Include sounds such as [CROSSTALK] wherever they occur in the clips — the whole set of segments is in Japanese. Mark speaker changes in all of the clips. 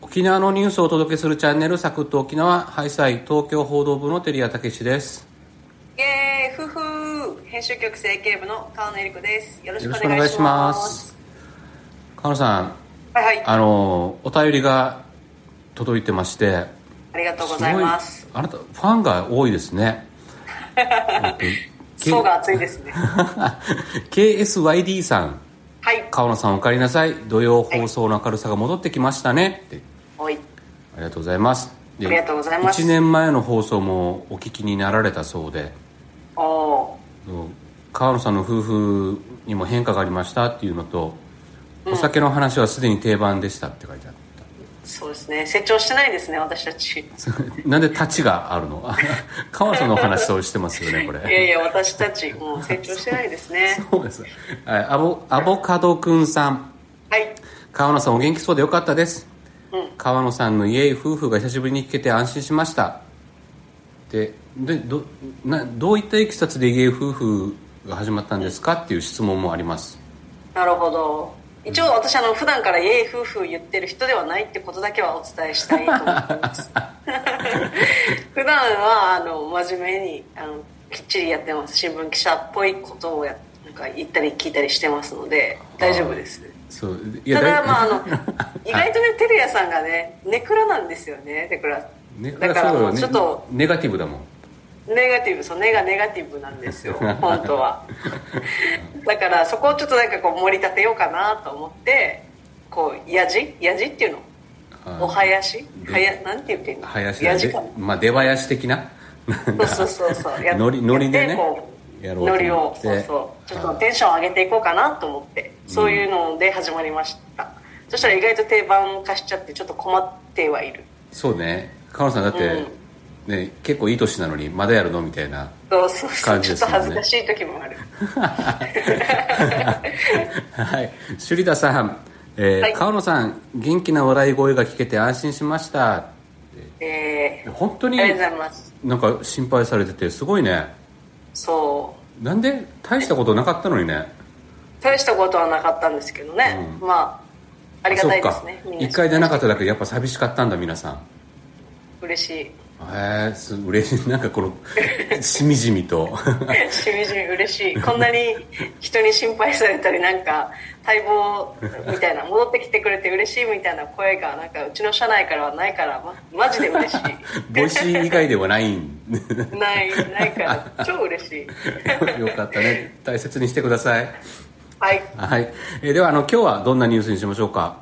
Speaker 1: 沖縄のニュースをお届けするチャンネルサクッと沖縄ハイサイ東京報道部の照屋武史です
Speaker 2: イエーイふふ編集局整形部の川野恵理子ですよろし
Speaker 1: よ
Speaker 2: く
Speaker 1: ろしく
Speaker 2: お
Speaker 1: お
Speaker 2: 願
Speaker 1: 願
Speaker 2: い
Speaker 1: い
Speaker 2: し
Speaker 1: し
Speaker 2: ま
Speaker 1: ますす河野さん
Speaker 2: はいはいあ
Speaker 1: あのお便りが届いてまして
Speaker 2: りがとうございます
Speaker 1: ごいあなたファンが多いです
Speaker 2: [LAUGHS]
Speaker 1: ね [LAUGHS]
Speaker 2: 層が厚いですね
Speaker 1: KSYD さん
Speaker 2: はい
Speaker 1: 河野さんお帰りなさい土曜放送の明るさが戻ってきましたねって
Speaker 2: おい
Speaker 1: ありがとうございますで
Speaker 2: ありがとうございます
Speaker 1: 1年前の放送もお聞きになられたそうで
Speaker 2: おお
Speaker 1: うん川野さんの夫婦にも変化がありましたっていうのと、お酒の話はすでに定番でしたって書いてあっ
Speaker 2: ーそうですね成長してないですね私たち
Speaker 1: た [LAUGHS] なんで立ちがあるの [LAUGHS] 川野さんのお話をしてますよねこ
Speaker 2: いやい
Speaker 1: れ
Speaker 2: や私たちもう成長してないですね
Speaker 1: そうですはいアボアボカドくんさん
Speaker 2: はい
Speaker 1: 川野さんお元気そうでよかったです、
Speaker 2: うん
Speaker 1: 川野さんの家夫婦が久しぶりに聞けて安心しましたででどなどういったいきさつで家夫婦が始まったんですかっていう質問もあります
Speaker 2: なるほど一応私あの普段からイエーイ夫婦言ってる人ではないってことだけはお伝えしたいと思ってます
Speaker 1: [LAUGHS]
Speaker 2: 普段はあの真面目にあのきっちりやってます新聞記者っぽいことをやなんか言ったり聞いたりしてますので大丈夫です
Speaker 1: そうい
Speaker 2: ただ
Speaker 1: い
Speaker 2: まあ
Speaker 1: [LAUGHS]
Speaker 2: あの意外とねテルヤさんがねネクラなんですよねテクラ
Speaker 1: [LAUGHS] ね、
Speaker 2: だか
Speaker 1: そ
Speaker 2: ら
Speaker 1: う
Speaker 2: も
Speaker 1: よ
Speaker 2: う
Speaker 1: ね
Speaker 2: ちょっと
Speaker 1: ネガティブだもん
Speaker 2: ネガティブそう根がネガティブな
Speaker 1: [LAUGHS]
Speaker 2: んですよ本当はだからそこをちょっとなんかこう盛り立てようかなと思ってこうやじやじっていうのお囃子
Speaker 1: で
Speaker 2: はやなんて言ってんの
Speaker 1: 林
Speaker 2: や
Speaker 1: だ
Speaker 2: じ
Speaker 1: で
Speaker 2: かな、
Speaker 1: まあ、出囃子的な [LAUGHS]
Speaker 2: そうそうそうそうや
Speaker 1: ノリノリで
Speaker 2: や
Speaker 1: ね
Speaker 2: ってこう
Speaker 1: やろうと思
Speaker 2: ノ
Speaker 1: って
Speaker 2: リをそうそうちょっとテンション上げていこうかなと思ってそういうので始まりました、そしたら意外と定番化しちゃってちょっと困ってはいる
Speaker 1: そうね河野さんだって、ね、結構いい年なのにまだやるのみたい
Speaker 2: [LAUGHS]
Speaker 1: な
Speaker 2: そうそうそう、
Speaker 1: 感じ
Speaker 2: ち
Speaker 1: です
Speaker 2: ょっと
Speaker 1: よね
Speaker 2: 恥ずかしい時もある
Speaker 1: はい首里田さん、えー
Speaker 2: はい
Speaker 1: 河野さん元気な笑い声が聞けて安心しました
Speaker 2: えー
Speaker 1: 本当に
Speaker 2: ありがとうございます
Speaker 1: なんか心配されててすごいね
Speaker 2: そう
Speaker 1: なんで大したことなかったのにね
Speaker 2: 大したことはなかったんですけどね、まあありがたいですね
Speaker 1: そっ
Speaker 2: みん
Speaker 1: か
Speaker 2: な
Speaker 1: 一回出なかっただけやっぱ寂しかったんだ皆さん
Speaker 2: 嬉しい [LAUGHS]
Speaker 1: へえす嬉しいなんかこのしみじみと [LAUGHS]
Speaker 2: しみじみ嬉しいこんなに人に心配されたりなんか待望みたいな戻ってきてくれて嬉しいみたいな声がなんかうちの社内からはないから、ま、マジで嬉し
Speaker 1: ボイシー以外ではないん [LAUGHS]
Speaker 2: い [LAUGHS] ないないから超嬉しい
Speaker 1: よかったね大切にしてください
Speaker 2: はい
Speaker 1: はい、えーではあの今日はどんなニュースにしましょうか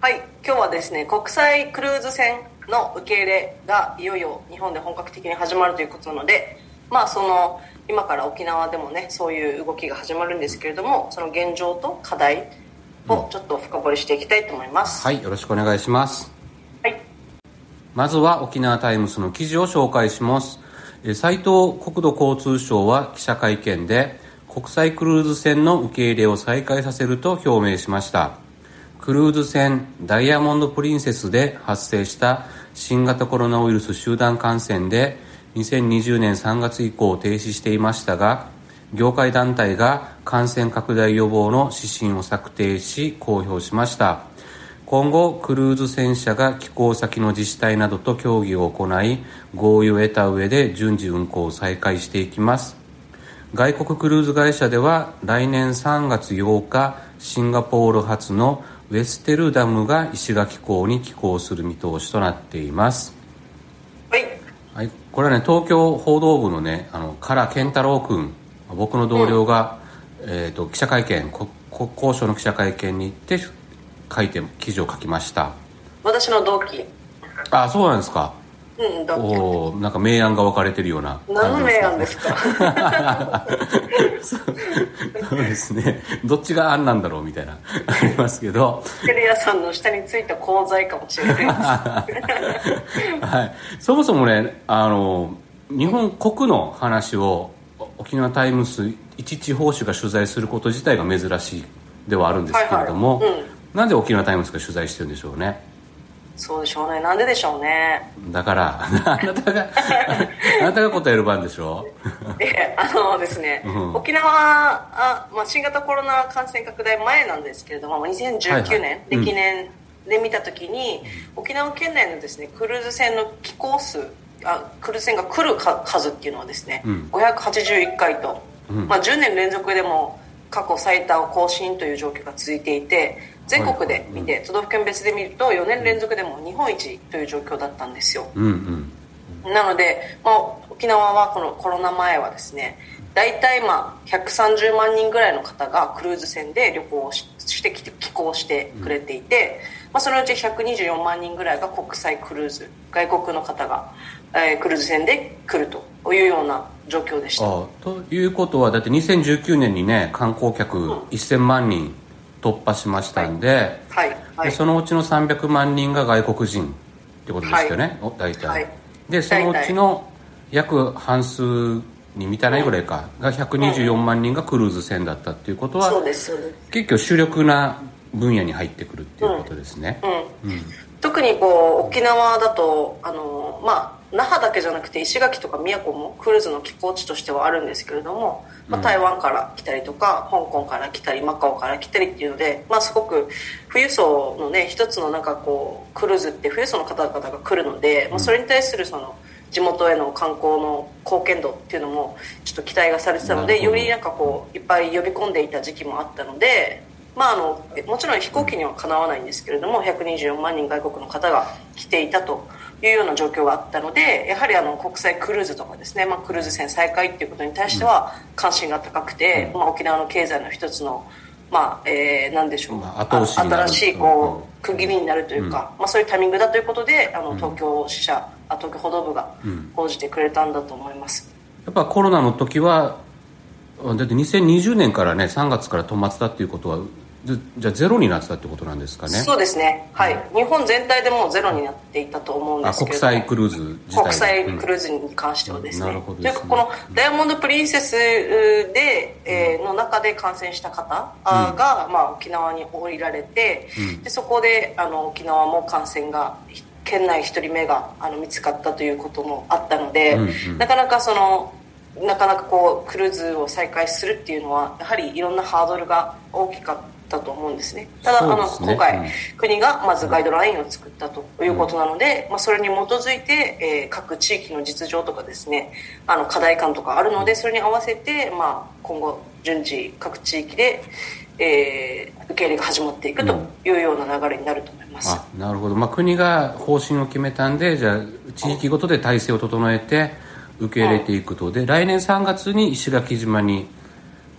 Speaker 2: はい、今日はですね国際クルーズ船の受け入れがいよいよ日本で本格的に始まるということなので、まあ、その今から沖縄でもねそういう動きが始まるんですけれどもその現状と課題をちょっと深掘りしていきたいと思います。
Speaker 1: はいよろしくお願いします
Speaker 2: はい、
Speaker 1: まずは沖縄タイムスの記事を紹介します斎藤国土交通省は記者会見で国際クルーズ船の受け入れを再開させると表明しましたクルーズ船ダイヤモンド・プリンセスで発生した新型コロナウイルス集団感染で2020年3月以降停止していましたが業界団体が感染拡大予防の指針を策定し公表しました今後クルーズ船社が寄港先の自治体などと協議を行い合意を得た上で順次運航を再開していきます外国クルーズ会社では来年3月8日シンガポール発のウェステルダムが石垣港に寄港する見通しとなっています、
Speaker 2: はい、
Speaker 1: はい、これはね東京報道部のねあの唐健太郎君僕の同僚が、えー、と記者会見こ国交省の記者会見に行って書いて記事を書きました
Speaker 2: 私の同期
Speaker 1: あそうなんですか
Speaker 2: うん同
Speaker 1: おおなんか明暗が分かれてるような
Speaker 2: 期何の名案ですか
Speaker 1: そうですねどっちが案なんだろうみたいなありますけど
Speaker 2: テレ屋さんの下についた功罪かもしれないです
Speaker 1: はい、そもそもねあの日本国の話を沖縄タイムス一地方紙が取材すること自体が珍しいではあるんですけれども、
Speaker 2: はいはいうん
Speaker 1: なんで沖縄タイムスが取材してるんでしょうね [LAUGHS]
Speaker 2: そうでしょうねなんででしょうね
Speaker 1: だからあなたがあなたが答える番でしょ
Speaker 2: であのですね、
Speaker 1: ん
Speaker 2: 沖縄あ、まあ、新型コロナ感染拡大前なんですけれども2019年、
Speaker 1: はいはいうん
Speaker 2: 歴年で見た時に沖縄県内のですねクルーズ船の寄港数あクルーズ船が来るか数っていうのはですね、
Speaker 1: うん
Speaker 2: 581回と、
Speaker 1: うん
Speaker 2: まあ、10年連続でも過去最多を更新という状況が続いていて全国で見て、都道府県別で見ると4年連続でも日本一という状況だったんですよ。
Speaker 1: うんうん
Speaker 2: なので、まあ、沖縄はこのコロナ前はですね大体まあ130万人ぐらいの方がクルーズ船で旅行をししてきて寄港してくれていて、まあ、そのうち124万人ぐらいが国際クルーズ外国の方が、えークルーズ船で来るというような状況でした
Speaker 1: あということはだって2019年にね観光客1000万人突破しましたんで,、
Speaker 2: はいはい
Speaker 1: でそのうちの300万人が外国人ってことですよね、お大体、
Speaker 2: はい
Speaker 1: でそのうちの約半数に満たないぐらいかが124万人がクルーズ船だったっていうことは、
Speaker 2: そうですそうです
Speaker 1: 結構主力な分野に入ってくるっていうことですね、
Speaker 2: うん特にこう沖縄だとあの、まあ、那覇だけじゃなくて石垣とか宮古もクルーズの寄港地としてはあるんですけれども、まあ、台湾から来たりとか香港から来たりマカオから来たりっていうので、まあ、すごく富裕層のね一つのなんかこうクルーズって富裕層の方々が来るので、まあ、それに対するその地元への観光の貢献度っていうのもちょっと期待がされてたの
Speaker 1: な
Speaker 2: で
Speaker 1: るほ
Speaker 2: よ
Speaker 1: ど
Speaker 2: りなんかこういっぱい呼び込んでいた時期もあったので、まあ、あのえもちろん飛行機にはかなわないんですけれども124万人外国の方が来ていたというような状況があったのでやはりあの国際クルーズとかですね、まあ、クルーズ船再開っていうことに対しては関心が高くて、まあ、沖縄の経済の一つの、まあえー、なんでしょう、
Speaker 1: まあ後押しになる
Speaker 2: あ新しいこう区切りになるというか、まあ、そういうタイミングだということであの東京支社、あ東京報道部が報じてくれたんだと思います。
Speaker 1: やっぱコロナの時はだって2020年からね3月から止まってたっていうことはずじゃあゼロになってたってことなんですかね
Speaker 2: そうですね、はい、日本全体でもうゼロになっていたと思うんで
Speaker 1: あ
Speaker 2: すけ
Speaker 1: 国
Speaker 2: れども
Speaker 1: 際クルーズ自体が
Speaker 2: 国際
Speaker 1: うん
Speaker 2: クルーズに関してはですね,、
Speaker 1: うんなるほどですね
Speaker 2: というかこのダイヤモンド・プリンセスで、えーの中で感染した方あーが、まあ、沖縄に降りられて、でそこであの沖縄も感染が県内1人目があの見つかったということもあったので、
Speaker 1: うんうん
Speaker 2: なかなかそのなかなかこうクルーズを再開するっていうのはやはりいろんなハードルが大きかったと思うんですねただ、
Speaker 1: そう
Speaker 2: あ
Speaker 1: で
Speaker 2: の
Speaker 1: すね
Speaker 2: 今回、
Speaker 1: うん
Speaker 2: 国がまずガイドラインを作ったということなので、まあ、それに基づいて、えー各地域の実情とかですねあの課題感とかあるのでそれに合わせて、まあ、今後順次各地域で、えー受け入れが始まっていくというような流れになると思います。
Speaker 1: あなるほど、まあ、国が方針を決めたんでじゃあ地域ごとで体制を整えて受け入れていくとで来年3月に石垣島に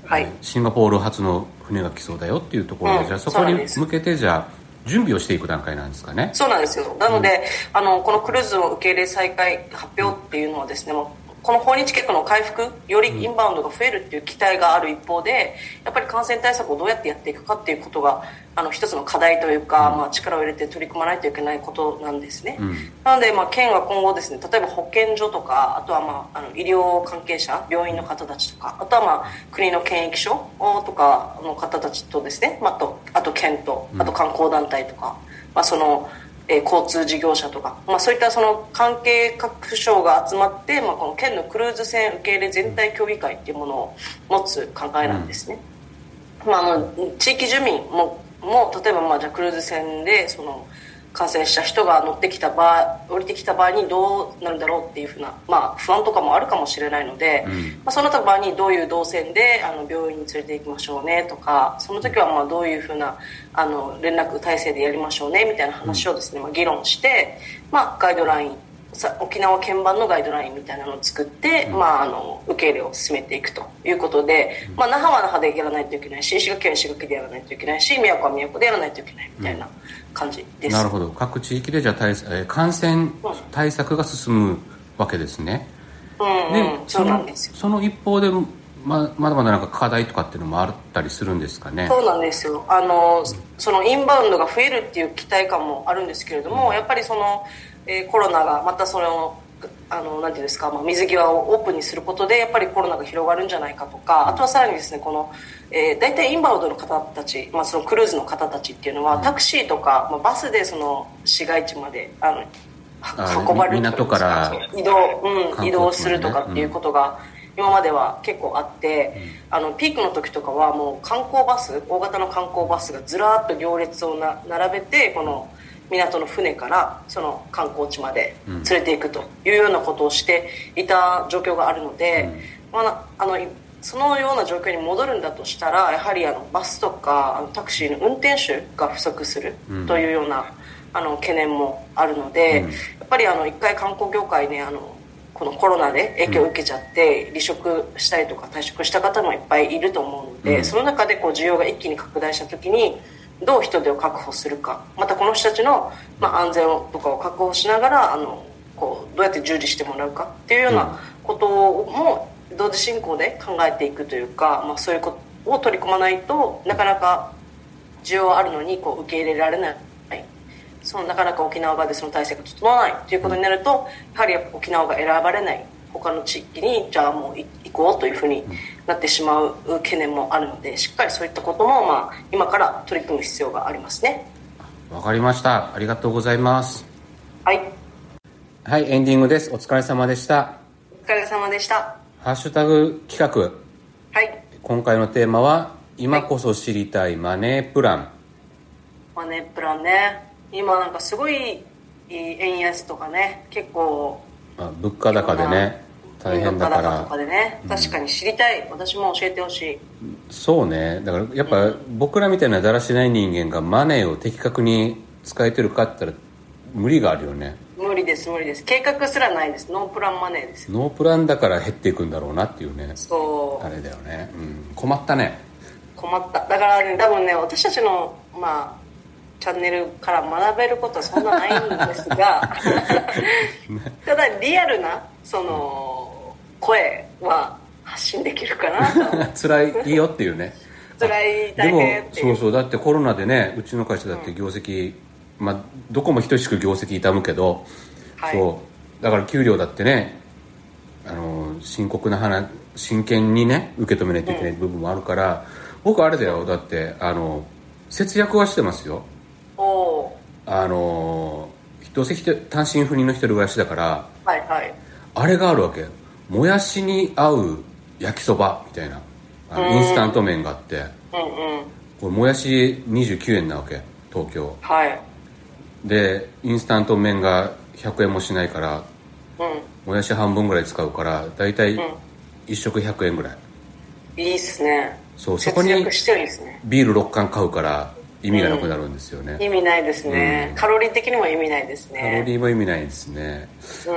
Speaker 2: はい
Speaker 1: シンガポール発の船が来そうだよっていうところで、
Speaker 2: うん
Speaker 1: じゃあそこに
Speaker 2: そうなんです
Speaker 1: 向けてじゃあ準備をしていく段階なんですかね
Speaker 2: そうなんですよなので、あのこのクルーズを受け入れ再開発表っていうのはですねもうこの訪日客の回復よりインバウンドが増えるっていう期待がある一方でやっぱり感染対策をどうやってやっていくかっていうことがあの一つの課題というか、まあ、力を入れて取り組まないといけないことなんですね、なので、まあ、県は今後ですね例えば保健所とかあとは、まあ、あの医療関係者病院の方たちとかあとは、まあ、国の検疫所とかの方たちとですね、まあ、あとあと県とあと観光団体とか、まあ、そのえー交通事業者とか、まあ、そういったその関係各省が集まって、まあ、この県のクルーズ船受け入れ全体協議会っていうものを持つ考えなんですね。まあ、あの地域住民もも例えばまあじゃあクルーズ船でその感染した人が乗ってきた場合降りてきた場合にどうなるんだろうっていうふうな、まあ、不安とかもあるかもしれないので、まあ、そうなった場合にどういう動線であの病院に連れて行きましょうねとかその時はまあどういうふうなあの連絡体制でやりましょうねみたいな話をですね、まあ、議論して、まあ、ガイドラインさ沖縄県版のガイドラインみたいなのを作って、まあ、あの受け入れを進めていくということで、まあ、那覇は那覇でやらないといけないし石垣は石垣でやらないといけないし宮古は宮古でやらないといけないみたいな感じです。
Speaker 1: なるほど各地域でじゃあ対策、えー感染対策が進むわけですね、
Speaker 2: うん
Speaker 1: で
Speaker 2: うん、そうなんですよ
Speaker 1: その一方でままだまだなんか課題とかっていうのもあったりするんですかね
Speaker 2: そうなんですよあのそのインバウンドが増えるっていう期待感もあるんですけれどもやっぱりその、えーコロナがまたそのあのなんていうんですか、まあ、水際をオープンにすることでやっぱりコロナが広がるんじゃないかとかあとはさらにですねこの、えー、大体インバウンドの方たち、まあ、そのクルーズの方たちっていうのはタクシーとか、まあ、バスでその市街地まであのは
Speaker 1: あ
Speaker 2: 運ばれる
Speaker 1: 港から
Speaker 2: 移動、
Speaker 1: 観光地
Speaker 2: う
Speaker 1: ま
Speaker 2: ん、
Speaker 1: で
Speaker 2: 移動するとかっていうことが今までは結構あって、あのピークの時とかはもう観光バス大型の観光バスがずらーっと行列をな並べてこの港の船からその観光地まで連れていくというようなことをしていた状況があるので、まあ、あのそのような状況に戻るんだとしたらやはりあのバスとかあのタクシーの運転手が不足する
Speaker 1: うん
Speaker 2: というような、あの懸念もあるので、
Speaker 1: うん
Speaker 2: やっぱりあの一回観光業界ねあのこのコロナで影響を受けちゃって離職したりとか退職した方もいっぱいいると思うので、
Speaker 1: うん
Speaker 2: その中でこう需要が一気に拡大した時にどう人手を確保するかまたこの人たちの、まあ、安全をとかを確保しながらあのこうどうやって従事してもらうかっていうよう
Speaker 1: うん
Speaker 2: なことも同時進行で考えていくというか、まあ、そういうことを取り込まないとなかなか需要はあるのにこう受け入れられない。そのなかなか沖縄がでその体制が整わないということになるとやはり沖縄が選ばれない他の地域にじゃあもうい行こうというふうになってしまう懸念もあるのでしっかりそういったこともまあ今から取り組む必要がありますね。
Speaker 1: わかりましたありがとうございます
Speaker 2: はい、
Speaker 1: はいエンディングですお疲れ様でした
Speaker 2: お疲れ様でした。
Speaker 1: ハッシュタグ企画
Speaker 2: はい、
Speaker 1: 今回のテーマは今こそ知りたいマネープラン、
Speaker 2: マネープランね。今なんかすごい円安とかね、結構
Speaker 1: まあ、物価高でね大変だか
Speaker 2: 物価高とからでね、確かに知りたい。私も教えてほしい。
Speaker 1: そうねだからやっぱ僕らみたいなだらしない人間がマネーを的確に使えてるかって言ったら無理があるよね
Speaker 2: 無理です無理です。計画すらないです。ノープランマネーです。
Speaker 1: ノープランだから減っていくんだろうなっていうね
Speaker 2: そう
Speaker 1: あ。れだよね、うん、困ったね [LAUGHS]
Speaker 2: 困っただからね多分ね私たちのまあチャンネルから学べることはそんなないんです
Speaker 1: [LAUGHS]
Speaker 2: がただリアルなその声は発信できるかなと
Speaker 1: [LAUGHS] 辛いよっていうね
Speaker 2: 辛い
Speaker 1: で
Speaker 2: 大
Speaker 1: も
Speaker 2: 変ってい
Speaker 1: そう
Speaker 2: う
Speaker 1: そうだってコロナでねうちの会社だって業績、まあ、どこも等しく業績痛むけど、
Speaker 2: はい
Speaker 1: そうだから給料だってねあの深刻な話真剣にね受け止めないといけない部分もあるから、僕あれだよだってあの節約はしてますよ
Speaker 2: おー
Speaker 1: あのどうせ一人単身赴任の一人暮らしだから
Speaker 2: はいはい
Speaker 1: あれがあるわけもやしに合う焼きそばみたいなあのインスタント麺があって
Speaker 2: うんうん
Speaker 1: これもやし29円なわけ東京
Speaker 2: はい
Speaker 1: でインスタント麺が100円もしないから
Speaker 2: う
Speaker 1: もやし半分ぐらい使うから大体
Speaker 2: ん
Speaker 1: 1食100円ぐらい
Speaker 2: んいいっすね
Speaker 1: そうそこ
Speaker 2: 節
Speaker 1: に
Speaker 2: 約してるんですね
Speaker 1: ビール6缶買うから意味がなくなるんですよね、
Speaker 2: 意味ないですね、カロリー的にも意味ないです
Speaker 1: カロ
Speaker 2: ね
Speaker 1: リーも意味ないですね、
Speaker 2: うん
Speaker 1: そう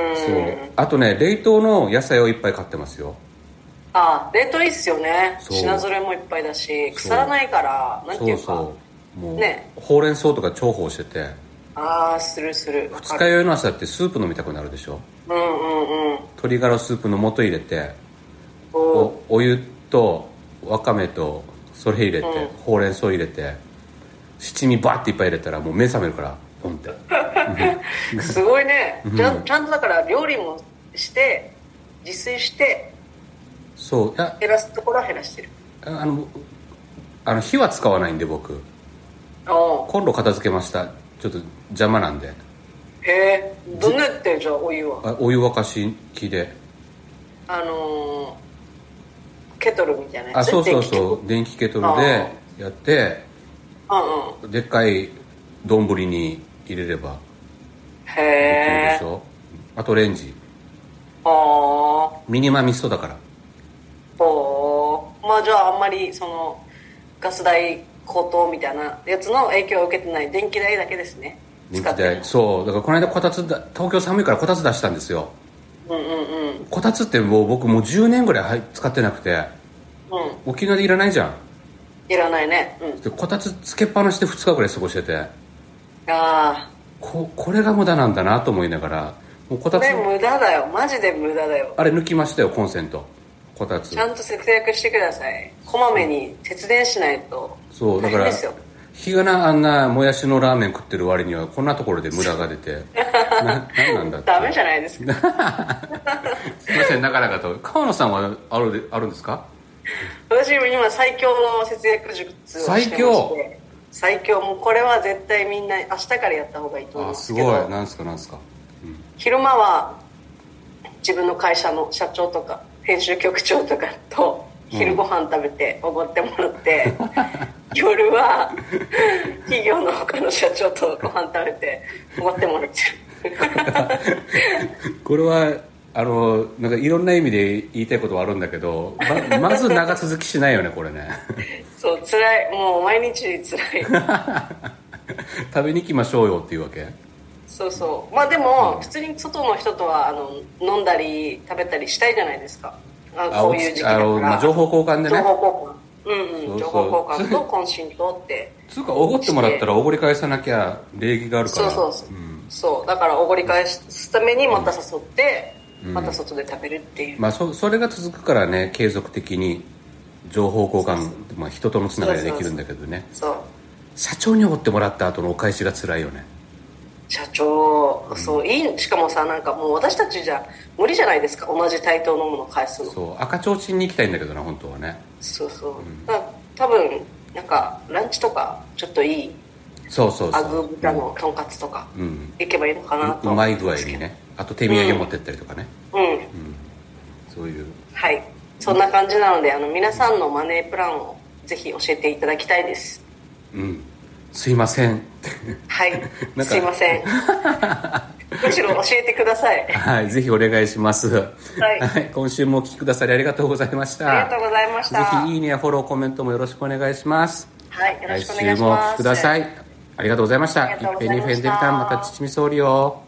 Speaker 1: あとね冷凍の野菜をいっぱい買ってますよ
Speaker 2: あ冷凍いいっすよね
Speaker 1: そう
Speaker 2: 品揃えもいっぱいだし腐らないからなんて
Speaker 1: そ
Speaker 2: いううか
Speaker 1: そうもう、
Speaker 2: ね
Speaker 1: ほうれん草とか重宝してて
Speaker 2: ああするするわ
Speaker 1: 二
Speaker 2: か
Speaker 1: 日
Speaker 2: る
Speaker 1: 酔いの朝だってスープ飲みたくなるでしょ
Speaker 2: うんうんうん
Speaker 1: 鶏ガラスープの素入れて
Speaker 2: お
Speaker 1: おお湯とわかめとそれ入れて、
Speaker 2: うん
Speaker 1: ほうれん草入れて七味バーっていっぱい入れたらもう目覚めるからポンって
Speaker 2: すごいね
Speaker 1: うん
Speaker 2: ちゃんちゃんとだから料理もして自炊して
Speaker 1: そういや
Speaker 2: 減らすところは減らしてる
Speaker 1: あのあの火は使わないんで僕
Speaker 2: お
Speaker 1: コンロ片付けましたちょっと邪魔なんで
Speaker 2: へえどんなやってんじゃあお湯は
Speaker 1: あお湯沸かし器で
Speaker 2: あのー、ケトルみたいなや
Speaker 1: あ
Speaker 2: つ
Speaker 1: そうそう
Speaker 2: 電気ケトル
Speaker 1: そう電気ケトルでやって
Speaker 2: うんうん
Speaker 1: でっかい丼に入れればで
Speaker 2: へ
Speaker 1: きるで
Speaker 2: え
Speaker 1: しょ、あとレンジ
Speaker 2: ああ
Speaker 1: ミニマミストだから
Speaker 2: おーまあじゃああんまりそのガス代高騰みたいなやつの影響を受けてない電気代だけですね
Speaker 1: 電
Speaker 2: 使っ
Speaker 1: 気
Speaker 2: てる
Speaker 1: 代そうだからこの間こたつだ東京寒いからこたつ出したんですよ
Speaker 2: うんうんうん
Speaker 1: こたつってもう僕もう10年ぐらいはい使ってなくて
Speaker 2: うん
Speaker 1: 沖縄でいらないじゃん
Speaker 2: いらないねうん
Speaker 1: でこたつつけっぱなしで2日ぐらい過ごしてて
Speaker 2: あ
Speaker 1: ここれが無駄なんだなと思いながらもうこ
Speaker 2: あ
Speaker 1: た
Speaker 2: こ
Speaker 1: つ
Speaker 2: れ無駄だよマジで無駄だよ
Speaker 1: あれ抜きましたよコンセントこたつ
Speaker 2: ちゃんと節約してくださいこまめに節電しないと
Speaker 1: そうだか
Speaker 2: 大
Speaker 1: ら
Speaker 2: 変ですよ
Speaker 1: 日がなあんなもやしのラーメン食ってる割にはこんなところで無駄が出てな何なんだって
Speaker 2: ダメじゃないですか
Speaker 1: すいませんなかなかと川野さんはあるであるんですか
Speaker 2: 私今最強の節約術をしてまして
Speaker 1: 最強
Speaker 2: 最強もうこれは絶対みんな明日からやった方がいいと思うん
Speaker 1: あ
Speaker 2: ですす
Speaker 1: ご
Speaker 2: けど
Speaker 1: いなんすかなんすか
Speaker 2: 昼間は自分の会社の社長と
Speaker 1: [LAUGHS]
Speaker 2: か編集局長とかと昼ご飯食べておごってもらって、夜は企業の他の社長とご飯食べて困ってもらっち
Speaker 1: [LAUGHS]
Speaker 2: ゃう
Speaker 1: これはあのなんかいろんな意味で言いたいことはあるんだけどま
Speaker 2: [LAUGHS]
Speaker 1: まず長続きしないよねこれね [LAUGHS]
Speaker 2: そう辛いもう毎日辛い
Speaker 1: 食べに行きましょうよっていうわけ
Speaker 2: そうそうまあでも普通に外の人とはあの飲んだり食べたりしたいじゃないですかあ
Speaker 1: あ
Speaker 2: こういう時期だから
Speaker 1: あの、まあ、情報交換で
Speaker 2: 情
Speaker 1: ね
Speaker 2: 報交換うんう
Speaker 1: そ
Speaker 2: ん情
Speaker 1: うそう
Speaker 2: 報交換と懇親とって
Speaker 1: つうかおごってもらったらおごり返さなきゃ礼儀があるか
Speaker 2: そう
Speaker 1: ら
Speaker 2: そうそう、
Speaker 1: ん
Speaker 2: そうだからおごり返すためにまた誘って、
Speaker 1: うん
Speaker 2: また外で食べるっていう、
Speaker 1: まあ、そそれが続くからね継続的に情報交換まあ、人とのつながりができるんだけどね
Speaker 2: そう
Speaker 1: 社長におごってもらった後のお返しが辛いよね
Speaker 2: 社長そういいしかもさなんかもう私たちじゃ無理じゃないですか同じ対等のもの返すの
Speaker 1: そう赤ちょうちんに行きたいんだけどな本当はね
Speaker 2: そうそう、だから多分なんかランチとかちょっといい
Speaker 1: そうそうそう
Speaker 2: アグー豚のとんかつとか
Speaker 1: うん
Speaker 2: 行けばいいのかな
Speaker 1: う
Speaker 2: と
Speaker 1: うまい具合
Speaker 2: ですけ
Speaker 1: に
Speaker 2: ど
Speaker 1: ねあと手土産持ってったりとかね、
Speaker 2: うん
Speaker 1: そういう
Speaker 2: はいそんな感じなのであの皆さんのマネープランをぜひ教えていただきたいです
Speaker 1: うんすいません
Speaker 2: はい
Speaker 1: [LAUGHS] なんか
Speaker 2: すい
Speaker 1: [LAUGHS]
Speaker 2: ませんむしろ教えてください
Speaker 1: はいぜひお願いしますはい今週もお聞きくださりありがとうございまし
Speaker 2: あ
Speaker 1: た
Speaker 2: りがとうございました
Speaker 1: ぜひいいねやフォローコメントもよろしくお願いします
Speaker 2: はいよろ
Speaker 1: 来
Speaker 2: しくお
Speaker 1: 週
Speaker 2: 願いし
Speaker 1: もお
Speaker 2: ま
Speaker 1: 聞
Speaker 2: す
Speaker 1: きくださいありがとうございました
Speaker 2: ありがとうご
Speaker 1: 一
Speaker 2: ざいました
Speaker 1: 平二平デルタンまたちちみそうりを